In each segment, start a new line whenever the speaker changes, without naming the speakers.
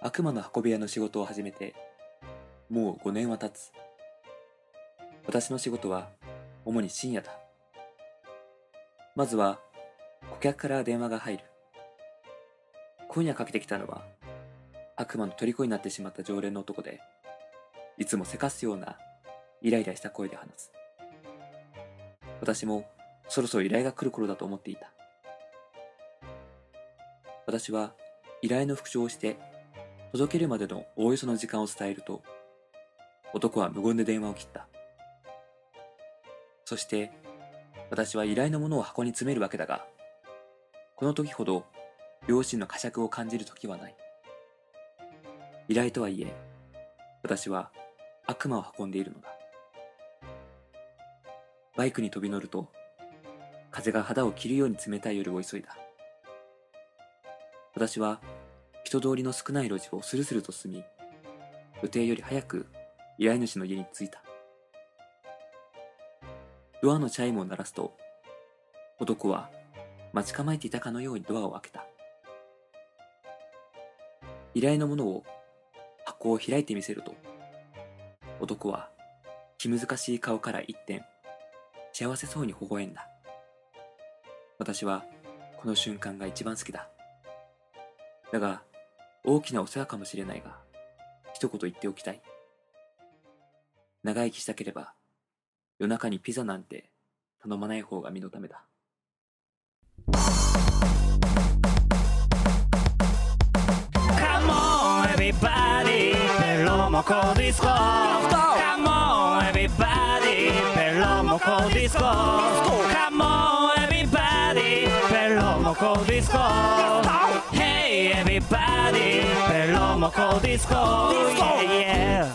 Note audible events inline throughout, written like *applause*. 悪魔の運び屋の仕事を始めて、もう5年は経つ。私の仕事は、主に深夜だ。まずは、顧客から電話が入る。今夜かけてきたのは、悪魔の虜になってしまった常連の男で、いつもせかすような、イライラした声で話す。私も、そろそろ依頼が来る頃だと思っていた。私は、依頼の復唱をして、届けるまでのおおよその時間を伝えると、男は無言で電話を切った。そして、私は依頼のものを箱に詰めるわけだが、この時ほど、両親の呵責を感じる時はない。依頼とはいえ、私は悪魔を運んでいるのだ。バイクに飛び乗ると、風が肌を切るように冷たい夜を急いだ。私は人通りの少ない路地をスルスルと進み、予定より早く依頼主の家に着いた。ドアのチャイムを鳴らすと、男は待ち構えていたかのようにドアを開けた。依頼のものを箱を開いてみせると、男は気難しい顔から一転、幸せそうに微笑んだ。私はこの瞬間が一番好きだ。だが、大きなお世話かもしれないが、一言言っておきたい。長生きしたければ、夜中にピザなんて頼まない方が身のためだ。
Come on, everybody, bello moco disco. Come on, everybody, bello moco disco. Come on, everybody, bello moco disco. Hey, everybody, bello moco disco. Yeah, yeah.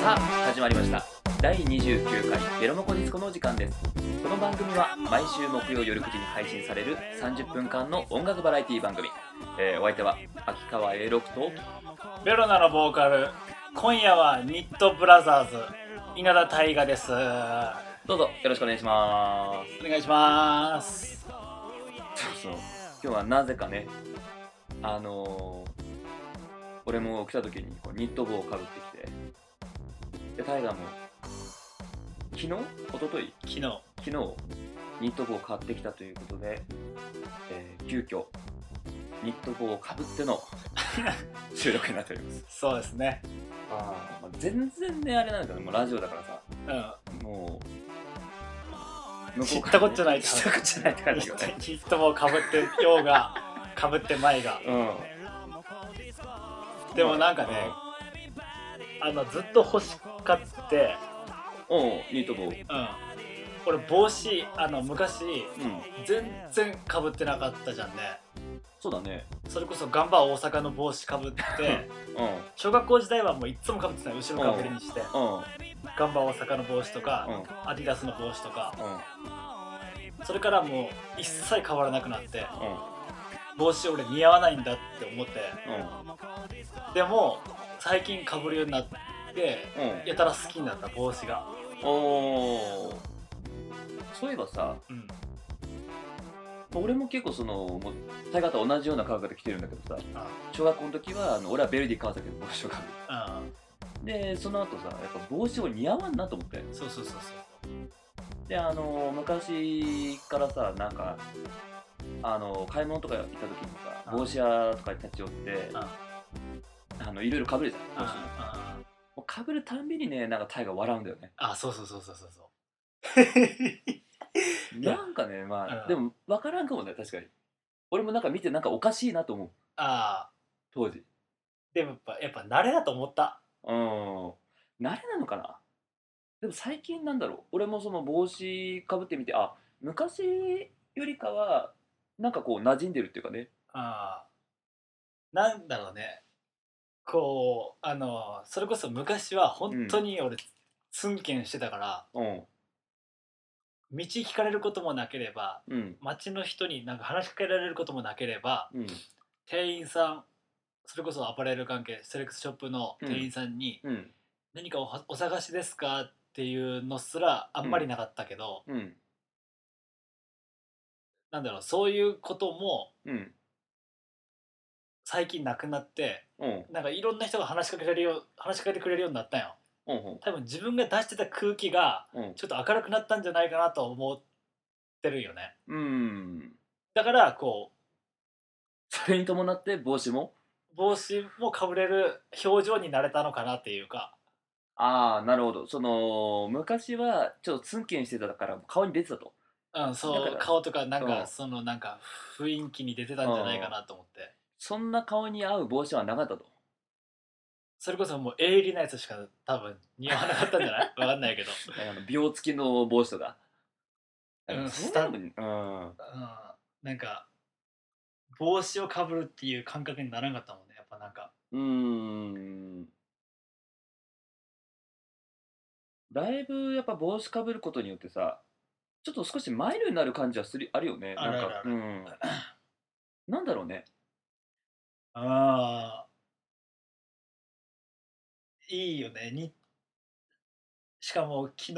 さあ、始まりました。第29回ベロモコディスコの時間です。この番組は毎週木曜夜9時に配信される30分間の音楽バラエティ番組。えーお相手は秋川 A6 と
ベロナのボーカル今夜はニットブラザーズ稲田大我ですお願
どうぞよろしくお願いしま
いします
す。そう今日はなぜかね、あのー俺も来た時にこうニット帽をかぶってきて、で、タイガーも昨日一昨日
昨日
昨日ニット帽を買ってきたということで、えー急遽ニット帽をかぶっての *laughs* 収録になっております
そうですね
あ、まあ、全然ねあれなんだけどもうラジオだからさ
うん
もう
知ったこっちゃない
知ったこっちゃないって感じよね
ニットもかぶってようがかぶって前が
う
でもなんかね、あのずっと欲しかって
んうんニット帽うん
うん俺帽子あの昔全然かぶってなかったじゃんね
そうだね
それこそガンバ大阪の帽子かぶって
うん
小学校時代はもういっつもかぶってない後ろかぶりにして
うん
ガンバ大阪の帽子とか、
うん
アディダスの帽子とか
うん
それからもう一切変わらなくなって
うん
帽子俺似合わないんだって思って
うん
でも最近かぶるようになって
うん
やたら好きになった帽子が
おーそういえばさ
うん
俺も結構そのもう大河と同じような科学で来てるんだけどさ
あ
小学校の時はあの俺はベルディ川崎の帽子をかぶる
うん
でその後さやっぱ帽子を似合わんなと思って
そうそうそうそう
であの昔からさなんかあの買い物とか行った時にさ
うん
帽子屋とかに立ち寄って
うん
あのいろいろかぶるじゃん帽子に
あ
もうかぶるたんびにねなんかタイが笑うんだよね
あそうそうそうそうそうそうや
なんかねま
う
あ *laughs*
ん
でも分からんかもね確かに俺もなんか見てなんかおかしいなと思う
ああ
当時
でもやっぱやっぱ慣れだと思った
うん慣れなのかなでも最近なんだろう俺もその帽子かぶってみてあ昔よりかはなんかこう馴染んでるっていうかね
ああなんだろうねこうあのそれこそ昔は本当に俺、ツンケンしてたから
うん
道聞かれることもなければ
うん
街の人になんか話しかけられることもなければ
うん
店員さんそれこそアパレル関係セレクトショップの店員さんに
うん
「何かおはお探しですか?」っていうのすらあんまりなかったけど、
うん
なんだろうそういうことも
うん
最近なくなって
うん
なんかいろんな人が話しかけられるよ話しかけてくれるようになったんよ
うん
多分自分が出してた空気が
うん
ちょっと明るくなったんじゃないかなと思ってるよね
うん
だからこ
*laughs* それに伴って帽子も
う帽子もかぶれる表情になれたのかなっていうか
ああなるほどその昔はちょっとツンケンしてたから顔に出てたと
うん、
だか
そう
ら
顔とかなん
う
か
ん
そのなんか雰囲気に出てたんじゃないかなと思って
そんな顔に合う帽子はなかったと
それこそもう鋭利なやつしか多分似合わなかったんじゃないわかんないけど、
なんかあの秒付きの帽子とか
うん
そんなのにうん
うん、なんか帽子をかぶるっていう感覚にならなかったもんねやっぱなんか
うーんだいぶやっぱ帽子かぶることによってさちょっと少しマイルになる感じはするあるよね
ある
なん
ある
か
あ
う
る
んなんだろうね
あーいいよねにしかも昨日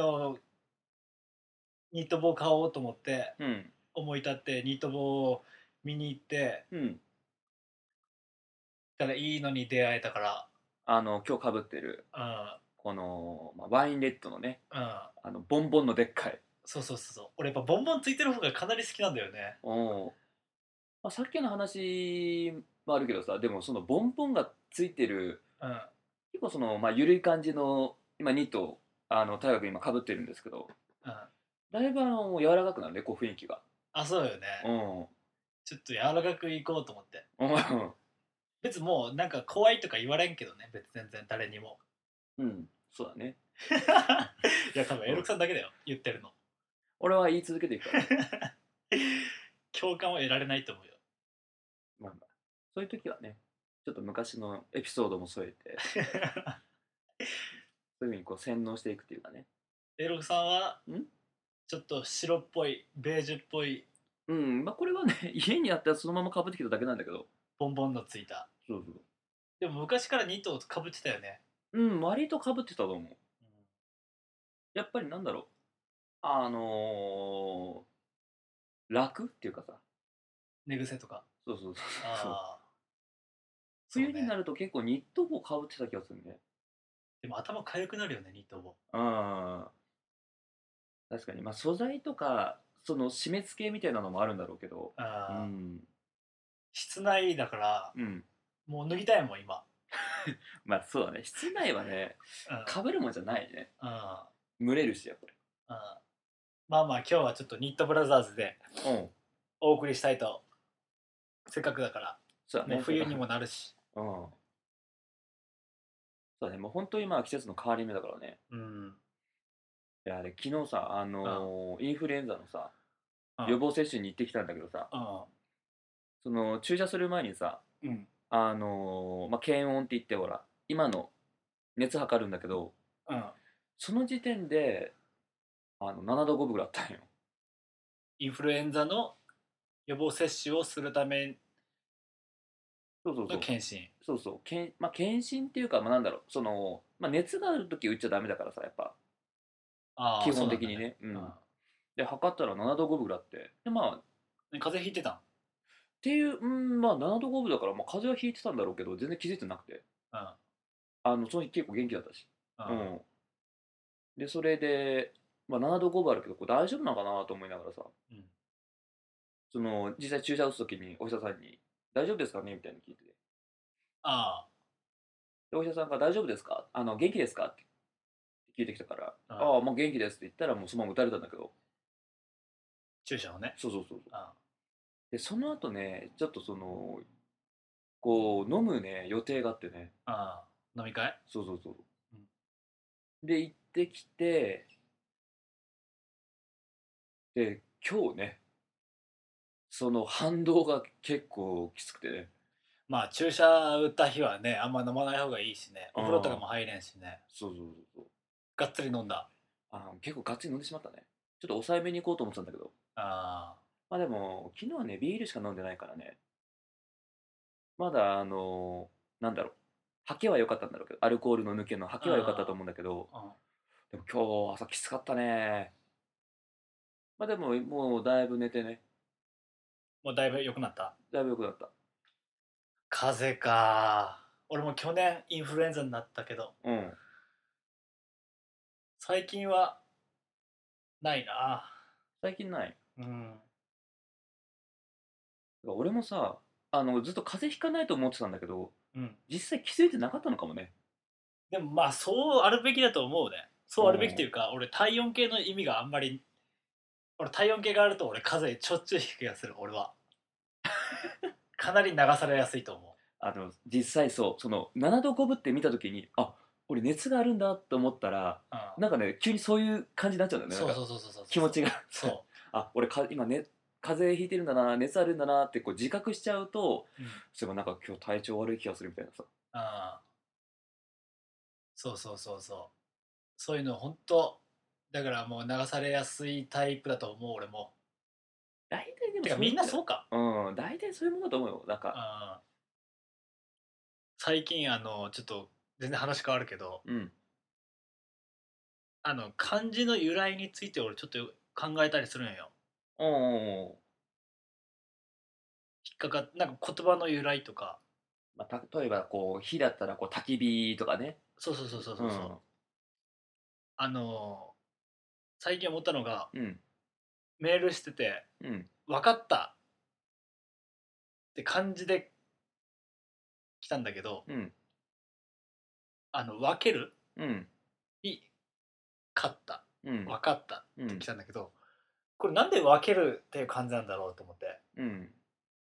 ニット帽買おうと思って
うん
思い立ってニット帽を見に行って
うん
たらいいのに出会えたか
あの今日かぶってる
ら
この、まあ、ワインレッドのね
うんうん
あのボンボンのでっかい
そうそうそうそう俺やっぱボンボンついてる方がかなり好きなんだよね
おまあ、さっきの話もあるけどさでもそのボンボンがついてる
うん
結構その、まあ、緩い感じの今ニットをあの大学今かぶってるんですけど
うん
だいぶあの柔らかくなるねこう雰囲気が
あそうよね
うん
ちょっと柔らかくいこうと思って
うん
別にもうなんか怖いとか言われんけどね別に全然誰に
*laughs*
も
うんそうだね
いや多分エロクさんだけだよ言ってるの
俺は言い続けていくから *laughs*
*laughs* 共感を得られないと思うよ
*laughs* まあまあそういう時はねちょっと昔のエピソードも添えてそういうふうにこう洗脳していくっていうかね
エロクさんは
ん
ちょっと白っぽいベージュっぽい
うんまあこれはね家にあったらそのままかぶってきただけなんだけど
ボンボンのついた
そうそう
でも昔からニットをかぶってたよね
うん、割と被ってたと思う。やっぱりなんだろう。あのー、楽っていうかさ。
寝癖とか
そうそうそうそう。
ああ
冬にな
る
ると結構ニット帽被ってた気がするね。
でも頭痒くなるよねニットも
うん。確かに。まあ素材とか、その締め付けみたいなのもあるんだろうけど。う
ああ、
ん。
室内だから
うん。
もう脱ぎたいもん今、
まあそうだね。室内はね、
うん
被るもんじゃないね。
うんうん
蒸れるし、やっ
まあまあ今日はちょっとニットブラザーズで
ぱり。うん。
お送りしたいとせっかくだから
そうだね。
もう冬にもなるし
うん。そうだね。もう本当にまあ季節の変わり目だからね。
うん
いやあれ昨日さ、あのーインフルエンザのさ
うん
予防接種に行ってきたんだけどさその注射する前にさ、
うん
あのーまあ、検温って言ってほら今の熱測るんだけど
うん
その時点であの7度5分ぐらいあったんよ
インフルエンザの予防接種をするため
そうそうそ
の
う
検診
そうそうけん、まあ、検診っていうか、まあ、なんだろうその、まあ、熱がある時打っちゃダメだからさやっぱ
あー
基本的にねう
そうなん
ん
だね
で測ったら7度5分ぐらいあってでまあっ
うん風邪ひいてた
ていううんまあ7度5分だから、まあ、風邪はひいてたんだろうけど全然気づいてなくて
ん
あのその日結構元気だったし
うん
うん、でそれで、まあ、7度5分あるけどこれ大丈夫なのかなと思いながらさ、
うん
その実際注射打つ時にお医者さんに「大丈夫ですかね?」みたいに聞いてて
あ
でお医者さんが「大丈夫ですかあの元気ですか?」って聞いてきたから「
あ
ああもう元気です」って言ったらもうそのまま打たれたんだけど
注射をね
そうそうそうそう
あ
でその後ねちょっとそのこう飲むね予定があってね
あ飲み会
そうそうそう、
うん
で行ってきてで今日ねその反動が結構きつくてね
まあ注射打った日はねあんま飲まない方がいいしね
う
お
ん
風呂とかも入れんしね
そうそうそうそう
がっつり飲んだ
あの結構ガッツリ飲んでしまったねちょっと抑えめに行こうと思ってたんだけど
あ
まあでも昨日はねビールしか飲んでないからねまだあのなんだろう吐きは良かったんだろうけどアルコールの抜けの吐きは良かったと思うんだけど
あ、うん
でも今日朝きつかったねまあでももうだいぶ寝てね
もうだいぶ良くなった
だいぶ良くなった。
風邪か俺も去年インフルエンザになったけど
うん。
最近はないな
最近ない。
うん
俺もさ、あの、ずっと風邪ひかないと思ってたんだけど、
うん
実際気づいてなかったのかもね。
でもまあそうあるべきだと思うねそうあるべきというか、俺体温計の意味があんまり俺体温計があると俺風邪ちょっちゅうひく気がする俺は *laughs* かなり流されやすいと思
あの、実際そう、その、7度5分って見たときに、あ、俺熱があるんだと思ったら、
う、うん、
なんかね、急にそういう感じになっちゃうんだよね。
そ
な
うん
か
そうそうそうそう
気持ちが。
そう、
あ、俺か、今ね、風邪ひいてるんだな、熱あるんだなってこう自覚しちゃうと、
うん、
そういえばなんか今日体調悪い気がするみたいなさ。
ああそうそうそうそうそういうの本当だからもう流されやすいタイプだと思う俺も
*laughs* 大体でも
てかみんな
う
そうか
うん、大体そういうものだと思うよ。なんか、
ああ最近あのちょっと全然話変わるけど
うん。
あの漢字の由来について俺ちょっと考えたりするんよ
おー
引っかかっなんか言葉の由来とか
まあ、例えばこう火だったらこう焚き火とかね
そうそうそうそうそう、うあの最近思ったのが
うん
メールしてて
うん
分かったって感じで来たんだけど
うん
あの分ける
うん
に勝った
うん
分かった
うん
来たんだけどこれなんで分けるっていう感じなんだろうと思って
うん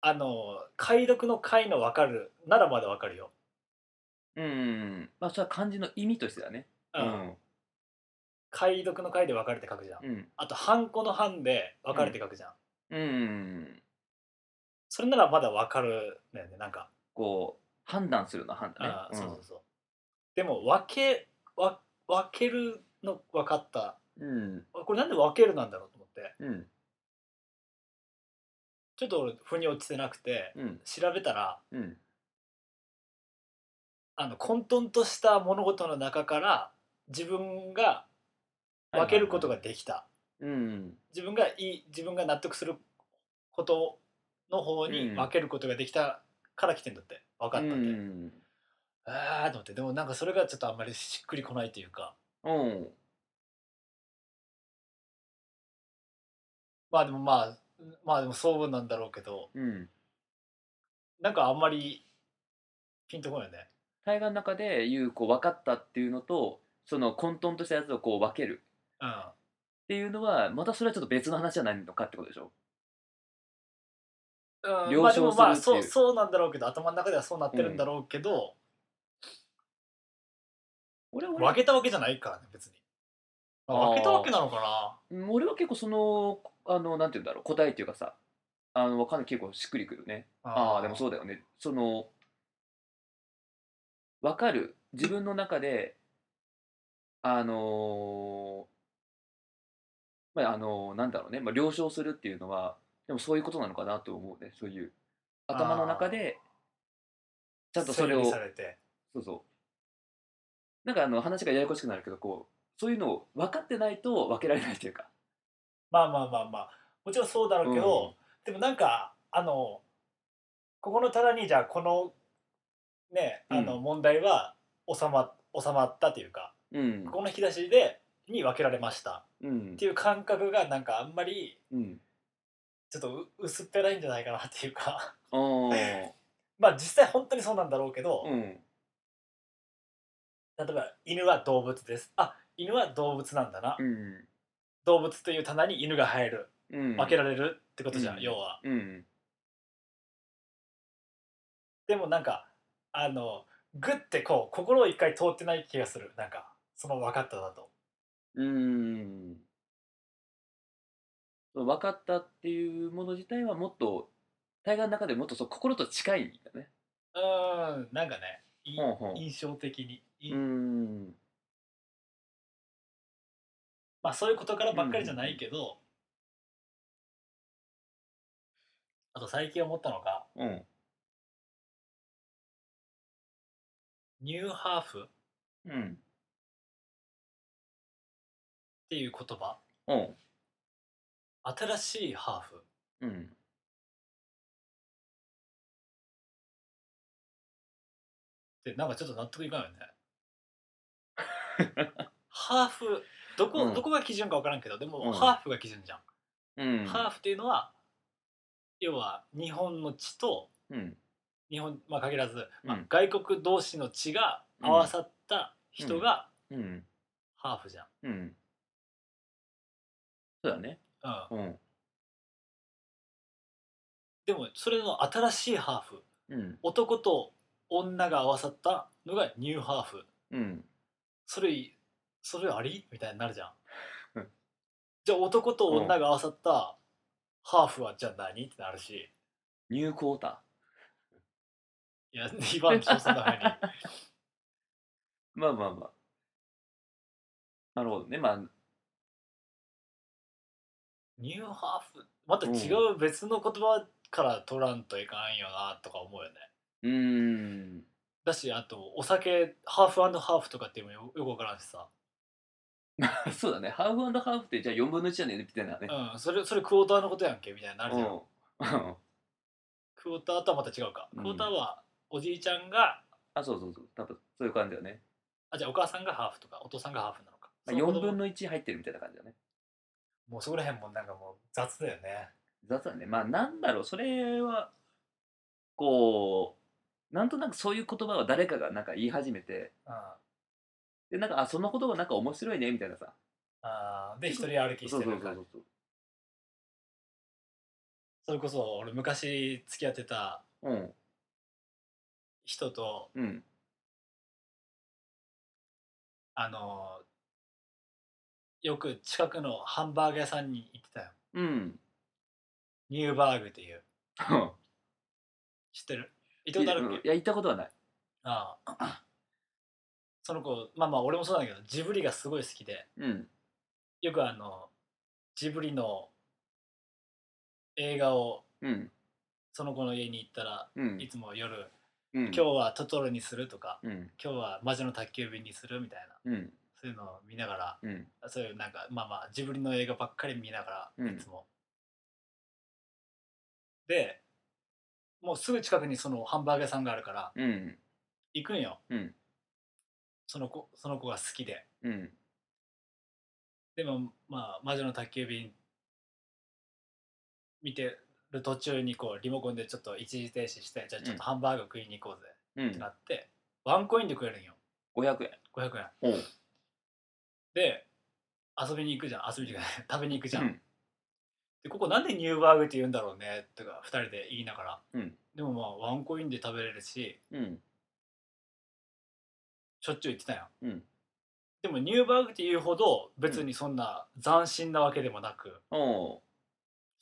あの解読の解の分かるならまだ分かるよ、
うんまあそれは漢字の意味としてだね
うん解読の解で分かるって書くじゃん
うん
あとハンコのハンで分かるって書くじゃん、
うん
それならまだ分かるんだよねなんか、
こう判断するの判断ね
あーそうそうそうでも分けわ分けるの分かった
うん
これなんで分けるなんだろうと思って
うん
ちょっと俺腑に落ちてなくて
うん
調べたら
うん
あの混沌とした物事の中から自分が分けることができた
うん
自分がいい自分が納得することの方に
うん
分けることができたから来てんだって分かったん
う
で、
ん
ああと思ってでもなんかそれがちょっとあんまりしっくりこないというか
うん
まあでもまあまあでもそうなんだろうけど
うん
なんかあんまりピンとこないよね
対話の中で言うこう分かったっていうのとその混沌としたやつをこう分ける
うん
っていうのはまたそれはちょっと別の話じゃないのかってことでしょ
うん
了承
まあでもまあ
するっ
そ
ていう
うそうなんだろうけど頭の中ではそうなってるんだろうけど、
俺俺
分けたわけじゃないからね別に、まあ
あー
分けたわけなのか
うん俺は結構そのあのなんて言うんだろう答えっていうかさあのわかんない結構しっくりくるね
な
ああーでも
う
そうだよねそのわかる自分の中であのーまああのーなんだろうね、まあ、了承するっていうのはでもそういうことなのかなと思うねそういう頭の中でちゃんとそれを
整理されて
そうそうなんかあの話がややこしくなるけどこうそういうのを分かってないと分けられないという *laughs* か
まあまあまあまあもちろんそうだろうけど、でもなんかあのここの棚にじゃあこのねあ
う
の問題は収ま収まったというか、
うん
ここの引き出しでに分けられました
うん
っていう感覚がなんかあんまり
うん。
ちょっとう薄っぺらいんじゃないかなっていうか *laughs*
お
まあ実際本当にそうなんだろうけど、
うん。
例えば犬は動物ですあ犬は動物なんだな、
うん。
動物という棚に犬が入る
うん。
分けられるってことじゃん、
うん
要は
うん。
でもなんかあのグッてこう心を一回通ってない気がするなんかその分かっただと
うん。分かったっていうもの自体はもっと、対岸の中でもっとそう心と近いんだね。
うーんなんかねい
ほうほう
印象的に、い
うん。
まあそういうことからばっかりじゃないけど、あと最近思ったのが
うん。
ニューハーフっ
うん。
ていう言葉
うん。
新しいハーフ
うん。
でなんかちょっと納得いかないよね
*laughs*
ハーフどこ,、
うん
どこが基準か分からんけどでも、
うん
ハーフが基準じゃん、
うん
ハーフっていうのは要は日本の血と
うん
日本、まあ、限らず、まあ
うん
外国同士の血が合わさった人が
うん
ハーフじゃん、
うんそうだね
うん
うん
でもそれの新しいハーフ
うん
男と女が合わさったのがニューハーフ
うん
それそれありみたいになるじゃん
うん
じゃあ男と女が合わさったハーフはじゃあ何ってなるし
ニュークォーター
いや2番調査のために
まあまあまあなるほどねまあ
ニューハーフまた違う別の言葉から取らんといかんよなとか思うよね
うーん *laughs*
だしあとお酒ハーフハーフとかっていうのもよよくわからんしさ、
そうだねハーフハーフってじゃあ4分の1じゃねえみたいなね
うん、それそれクォーターのことやんけみたいになるじゃん
うん *laughs*
クォーターとはまた違うか
う
ク
ん
ォーターはおじいちゃんが
あそうそうそう多分そういう感じだよね
あじゃあお母さんがハーフとかお父さんがハーフなのか
まあ4
その
分
子供
の1入ってるみたいな感じだね
もうそこら辺もなんかもう雑だよね
雑だねまあなんだろうそれはこうなんとなくそういう言葉は誰かがなんか言い始めて
うん
でなんかあその言葉なんか面白いねみたいなさ
あーで一人歩きしてるから
そうそう
それこそ俺昔付き合ってた
そうそう
人と
うんうん
あのーよく近くのハンバーガー屋さんに行ってたよ
うん
*laughs* ニューバーグっていう知ってる伊藤だるっけ
いや行ったことはない
ああその子まあまあ俺もそうなんだけどジブリがすごい好きで
うん
よくあのジブリの映画を
うん
その子の家に行ったら
うん
いつも夜
うん
「今日はトトロにする」とか
うん
「今日は魔女の宅急便にする」みたいな
うん
そういうのを見なが
うん
らそういうなんかまあまあジブリの映画ばっかり見なが
う
ら
ん
いつも。でもうすぐ近くにそのハンバーガー屋さんがあるから
うん
行くんよ、
うん
その子その子が好きで。
うん
でもまあ「魔女の宅急便」見てる途中にこうリモコンでちょっと一時停止してじゃあちょっとハンバーガー食いに行こうぜ
う
って
ん
なって、ワンコインで食えるんよ
500円
500円
おう
で遊びに行くじゃん遊びに行くじゃん食べに行くじゃん、
うん
でここなんでニューバーグって言うんだろうねとか2人で言いながら、
うん
でもまあワンコインで食べれるし
うん
しょっちゅう行ってたやん、
うん
でもニューバーグって言うほど別にそんな斬新なわけでもなく、
おう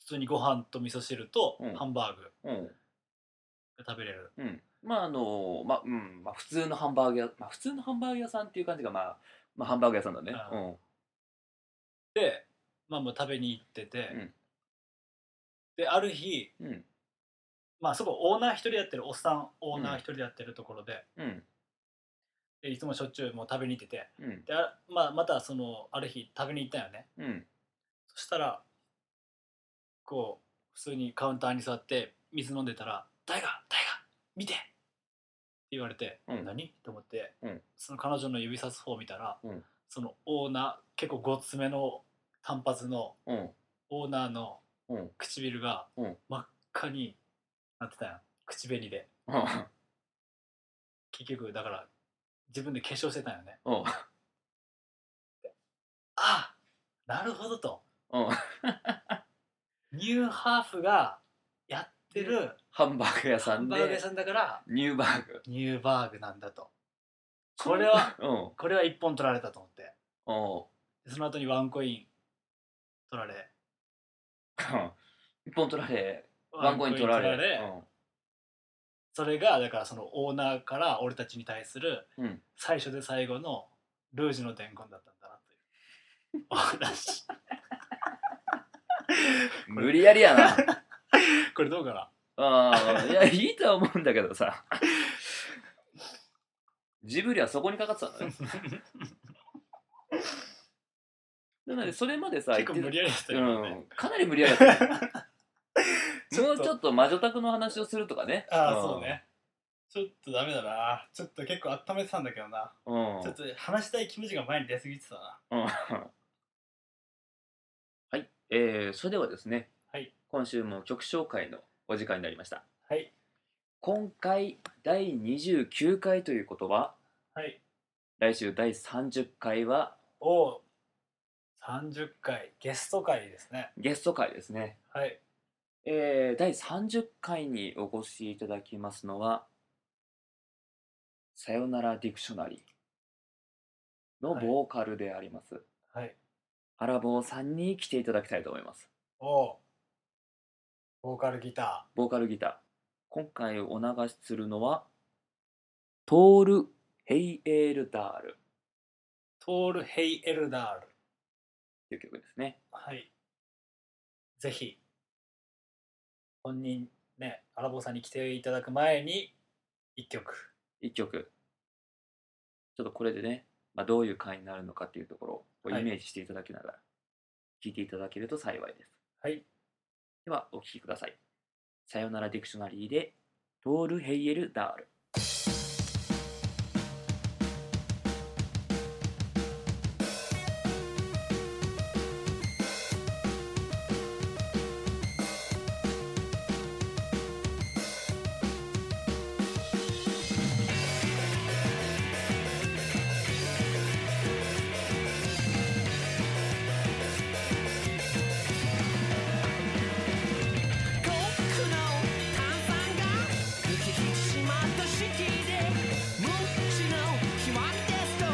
普通にご飯と味噌汁と
うん
ハンバーグ
おう
が食べれる、
うん、まああのまあうんまあ普通のハンバーグ屋、まあ、普通のハンバーグ屋さんっていう感じがまあまあハンバーグ屋さんだね
あ
う
ー
ん
でまあもう食べに行ってて、
うん
である日
うん
まあそこオーナー一人やってるおっさんオーナー一人やってるところで,、
うん
でいつもしょっちゅうもう食べに行ってて
うん
であ、まあ、またそのある日食べに行ったよね
うん
そしたらこう普通にカウンターに座って水飲んでたら「大河大河見て!」って言われて「
うん
何?」と思って、
うん
その彼女の指さす方を見たら、
うん
そのオーナー結構ごつめの短髪の
うん
オーナーの
うん
唇が
うん
真っ赤になってたやん口紅で結局だから自分で化粧してたんよね
うん
あなるほどと
うん
ニューハーフがやってる
ハンバーグ屋
ハ
さ
ン
ん
バーガー屋
で
さんだから
ニューバーグ
ニューバーグなんだとこれは
うん
これは一本取られたと思って
おう
でその後にワンコイン取られ
一本取られワンコイン取ら
ワ
れ
ンコイン取それがだからそのオーナーから俺たちに対する
うん
最初で最後のルージュの伝言だったんだなというお話
うん無理やりやな
これどうかな
あーいやいいとは思うんだけどさジブリはそこにかかってたんだねなのでそれまでさ
*laughs* 結構無理やりでしたけどね、
うん、かなり無理やり
*laughs*
だったよもうちょっと魔女宅の話をするとかね
ああ
ん
そうねちょっとダメだなちょっと結構温めてたんだけどな、
うん。
ちょっと話したい気持ちが前に出過ぎてたな
うんはい、えー、それではですね、
はい
今週も曲紹介のお時間になりました。
はい
今回第29回ということは、
はい
来週第30回は
おお30回ゲスト回ですね
ゲスト回ですね。
はい
えー、第30回にお越しいただきますのは、さよならディクショナリーのボーカルであります、
はい
アラボーさんに来ていただきたいと思います。
おおボーカルギタ
ボーカルギター。今回お流しするのは、トール・ヘイエールダール
ートール・ヘイ・エルダール
という曲ですね。
はいぜひ本人ねアラボーさんに来ていただく前に一曲
一曲。ちょっとこれでね、まあ、どういう回になるのかっていうところをこう
はい
イメージしていただきながら、聴いていただけると幸いです。
はい
では、お聴きください。さよならディクショナリーで、トール・ヘイエルダール。
コックの炭酸が抜けてしまったシティで無知の極みですと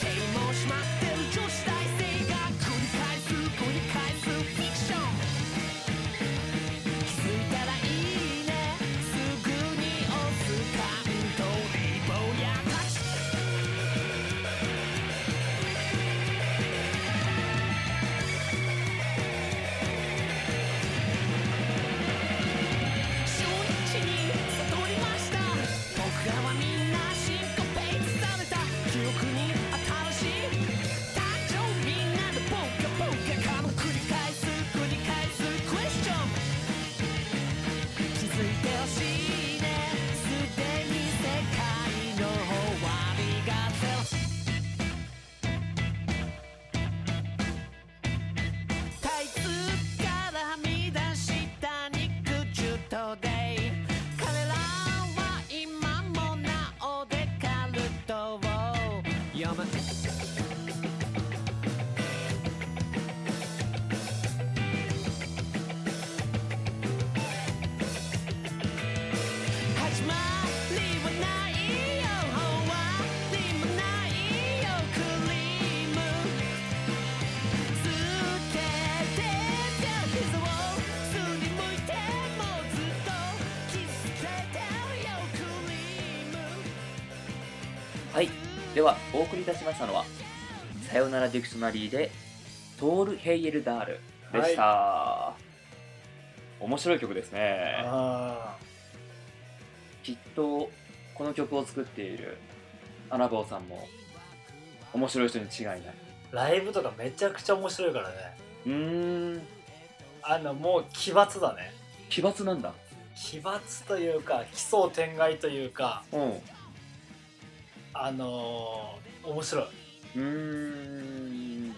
啓蒙しまってる女子大生が繰り返す繰り返すフィクション気づいたらいいねすぐにオスカンとリボヤたち初日に悟りました僕らはみんなシンコペイトされた記憶に新しい誕生みんなでポカポカかも繰り返す繰り返すクエスチョン気づいてほしいねすでに世界の終わりがゼロタイツからはみ出した肉汁とで彼らは今もなおデカルトを読む始まりはないよ終わりもないよクリーム「すててて膝をすりむいてもうずっと」「気づけてよクリーム」
はい、ではお送りいたしましたのは「さよならディクショナリー」で「トール・ヘイエルダール」でした、面白い曲ですね
あ
きっとこの曲を作っているアラボーさんも面白い人に違いない
ーライブとかめちゃくちゃ面白いからね
うーん
あのもう奇抜だね
奇抜なんだ
奇抜というか奇想天外というか
うんう
あのー、面白い
ーん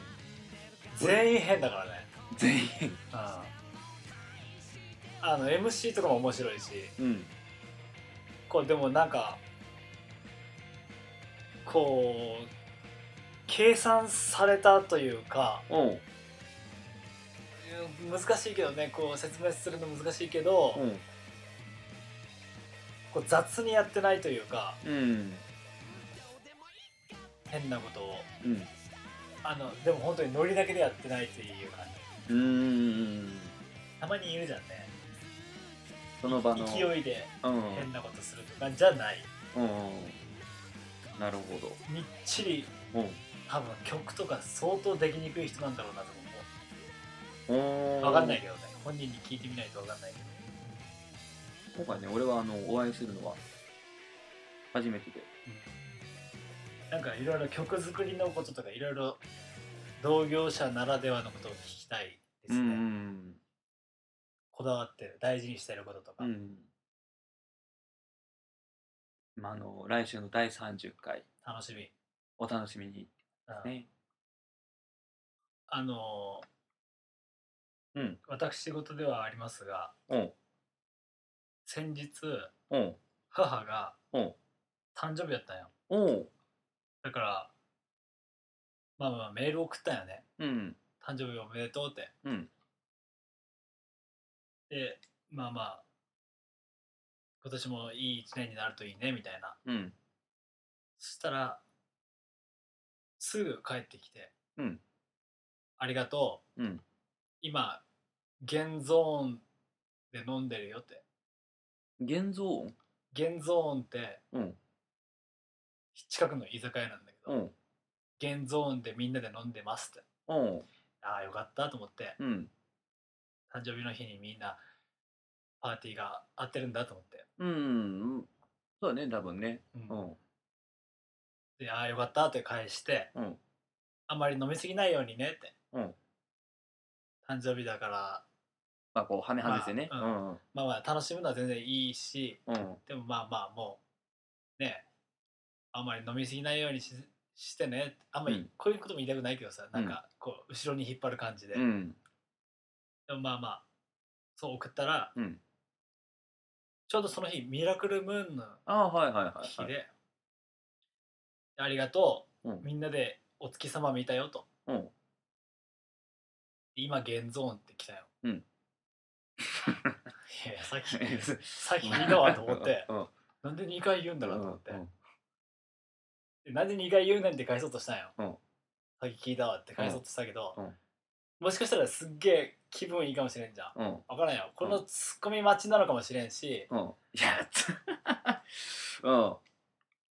全員変だからね
全員
うんあの MC とかも面白いし
うん
こうでもなんかこう計算されたというか
うんう
う
ん
ん難しいけどねこう説明するの難しいけど、こう雑にやってないというか
うん
変なことを
うん
あのでも本当にノリだけでやってないという感じ
うーん
たまにいるじゃんね
その場の
勢いで
うん
変なことするとかじゃない
うんうんうんなるほど
みっちり
うん
多分曲とか相当できにくい人なんだろうなと
分
思う分かんないけどね本人に聞いてみないと分かんないけど
今回ね俺はあのお会いするのは初めてで
なんかいろいろ曲作りのこととかいろいろ同業者ならではのことを聞きたいですね、
ん
こだわってる大事にしてることとか、
うんあの来週の第30回
楽しみ、
お楽しみに
うん
ね。
あのー
うん
私事ではありますが
うん
先日
うん
母が
うん
誕生日やったんよ
うん
だからまあまあメール送ったんよね
うん
誕生日おめでとうって
うん
でまあまあ今年もいい一年になるといいねみたいな
うん
そしたらすぐ帰ってきて「
うん
ありがとう、
うん
今現ゾーンで飲んでるよ」って
現像音
現ゾーンって
うん
近くの居酒屋なんだけど、
うん
現ゾーンでみんなで飲んでますって
うん
ああよかったと思って
うん
誕生日の日にみんなパーティーが合ってるんだと思って、
うんそうだね多分ね
うん
うん
でああよかったって返して、
うん
あんまり飲みすぎないようにねって、
うん
誕生日だから
まあこう羽外してねう
ま
んうん
まあまあ楽しむのは全然いいし
うん
でもまあまあもうねあんまり飲みすぎないようにししてねあんま
う
り
ん
こういうことも言いたくないけどさ、
うん
なんかこう後ろに引っ張る感じで、
うん
でもまあまあそう送ったら、
うん
ちょうどその日ミラクルムーンの
ああはいはいはい
日
はい
で、ありがとう、
うん
みんなでお月様見たよと、
うん
今現ゾーンって来たよ、
うん
いやいや
*laughs*
さっきさっき聞いたわと思って
うん
なんで2回言うんだろうと思って、
うんうん
でなんで2回言うなんて返そうとしたんよ、
うん
さっき聞いたわって返そうとしたけど、
うんうん
もしかしたらすっげえ気分いいかもしれんじゃん
うん
分からんよこのツッコミ待ちなのかもしれんし
うんいやつうん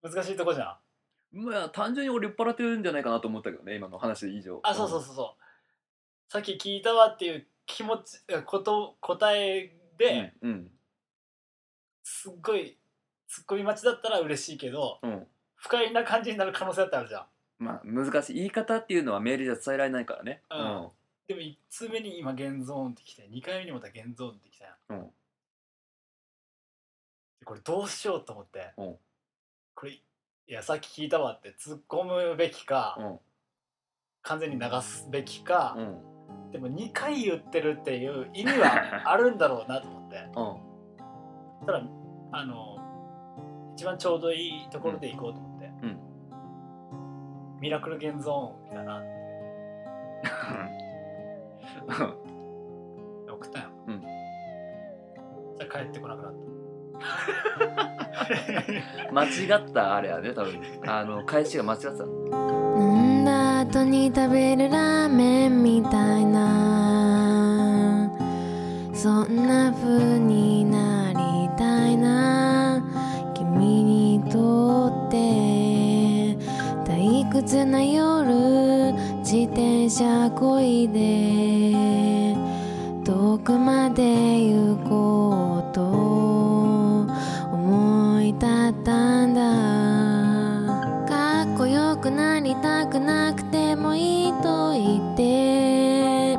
難しいとこじゃん
まあ単純に俺酔っ払ってるんじゃないかなと思ったけどね今の話以上
あそうそうそうそうさっき聞いたわっていう気持ちえこと答えで、
うんうん
すっごいツッコミ待ちだったら嬉しいけど
うん
不快な感じになる可能性だってあるじゃん
まあ難しい言い方っていうのはメールじゃ伝えられないからね
うんでも1通目に今現ゾーンってきて2回目にまた現ゾーンってきたやん、
うん
でこれどうしようと思って、
うん
これいやさっき聞いたわって突っ込むべきか、
うん
完全に流すべきか
う、ん
でも2回言ってるっていう意味はあるんだろうなと思って
うん
ただあの一番ちょうどいいところで行こうと思って、
うん
ミラクル現ゾーンだなって送ったよ、
うん
じゃ帰ってこなくなった
*laughs* 間違ったあれやね多分あの返しが間違ってた
飲んだ後に食べるラーメンみたいなそんな風になりたいな君にとって退屈な夜自転車こいで遠くまで行こうと思い立ったんだかっこよくなりたくなくてもいいと言って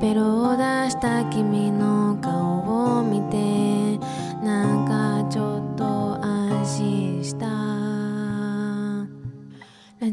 ベロを出した君の顔を見てなんかちょっと安心したラ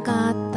かった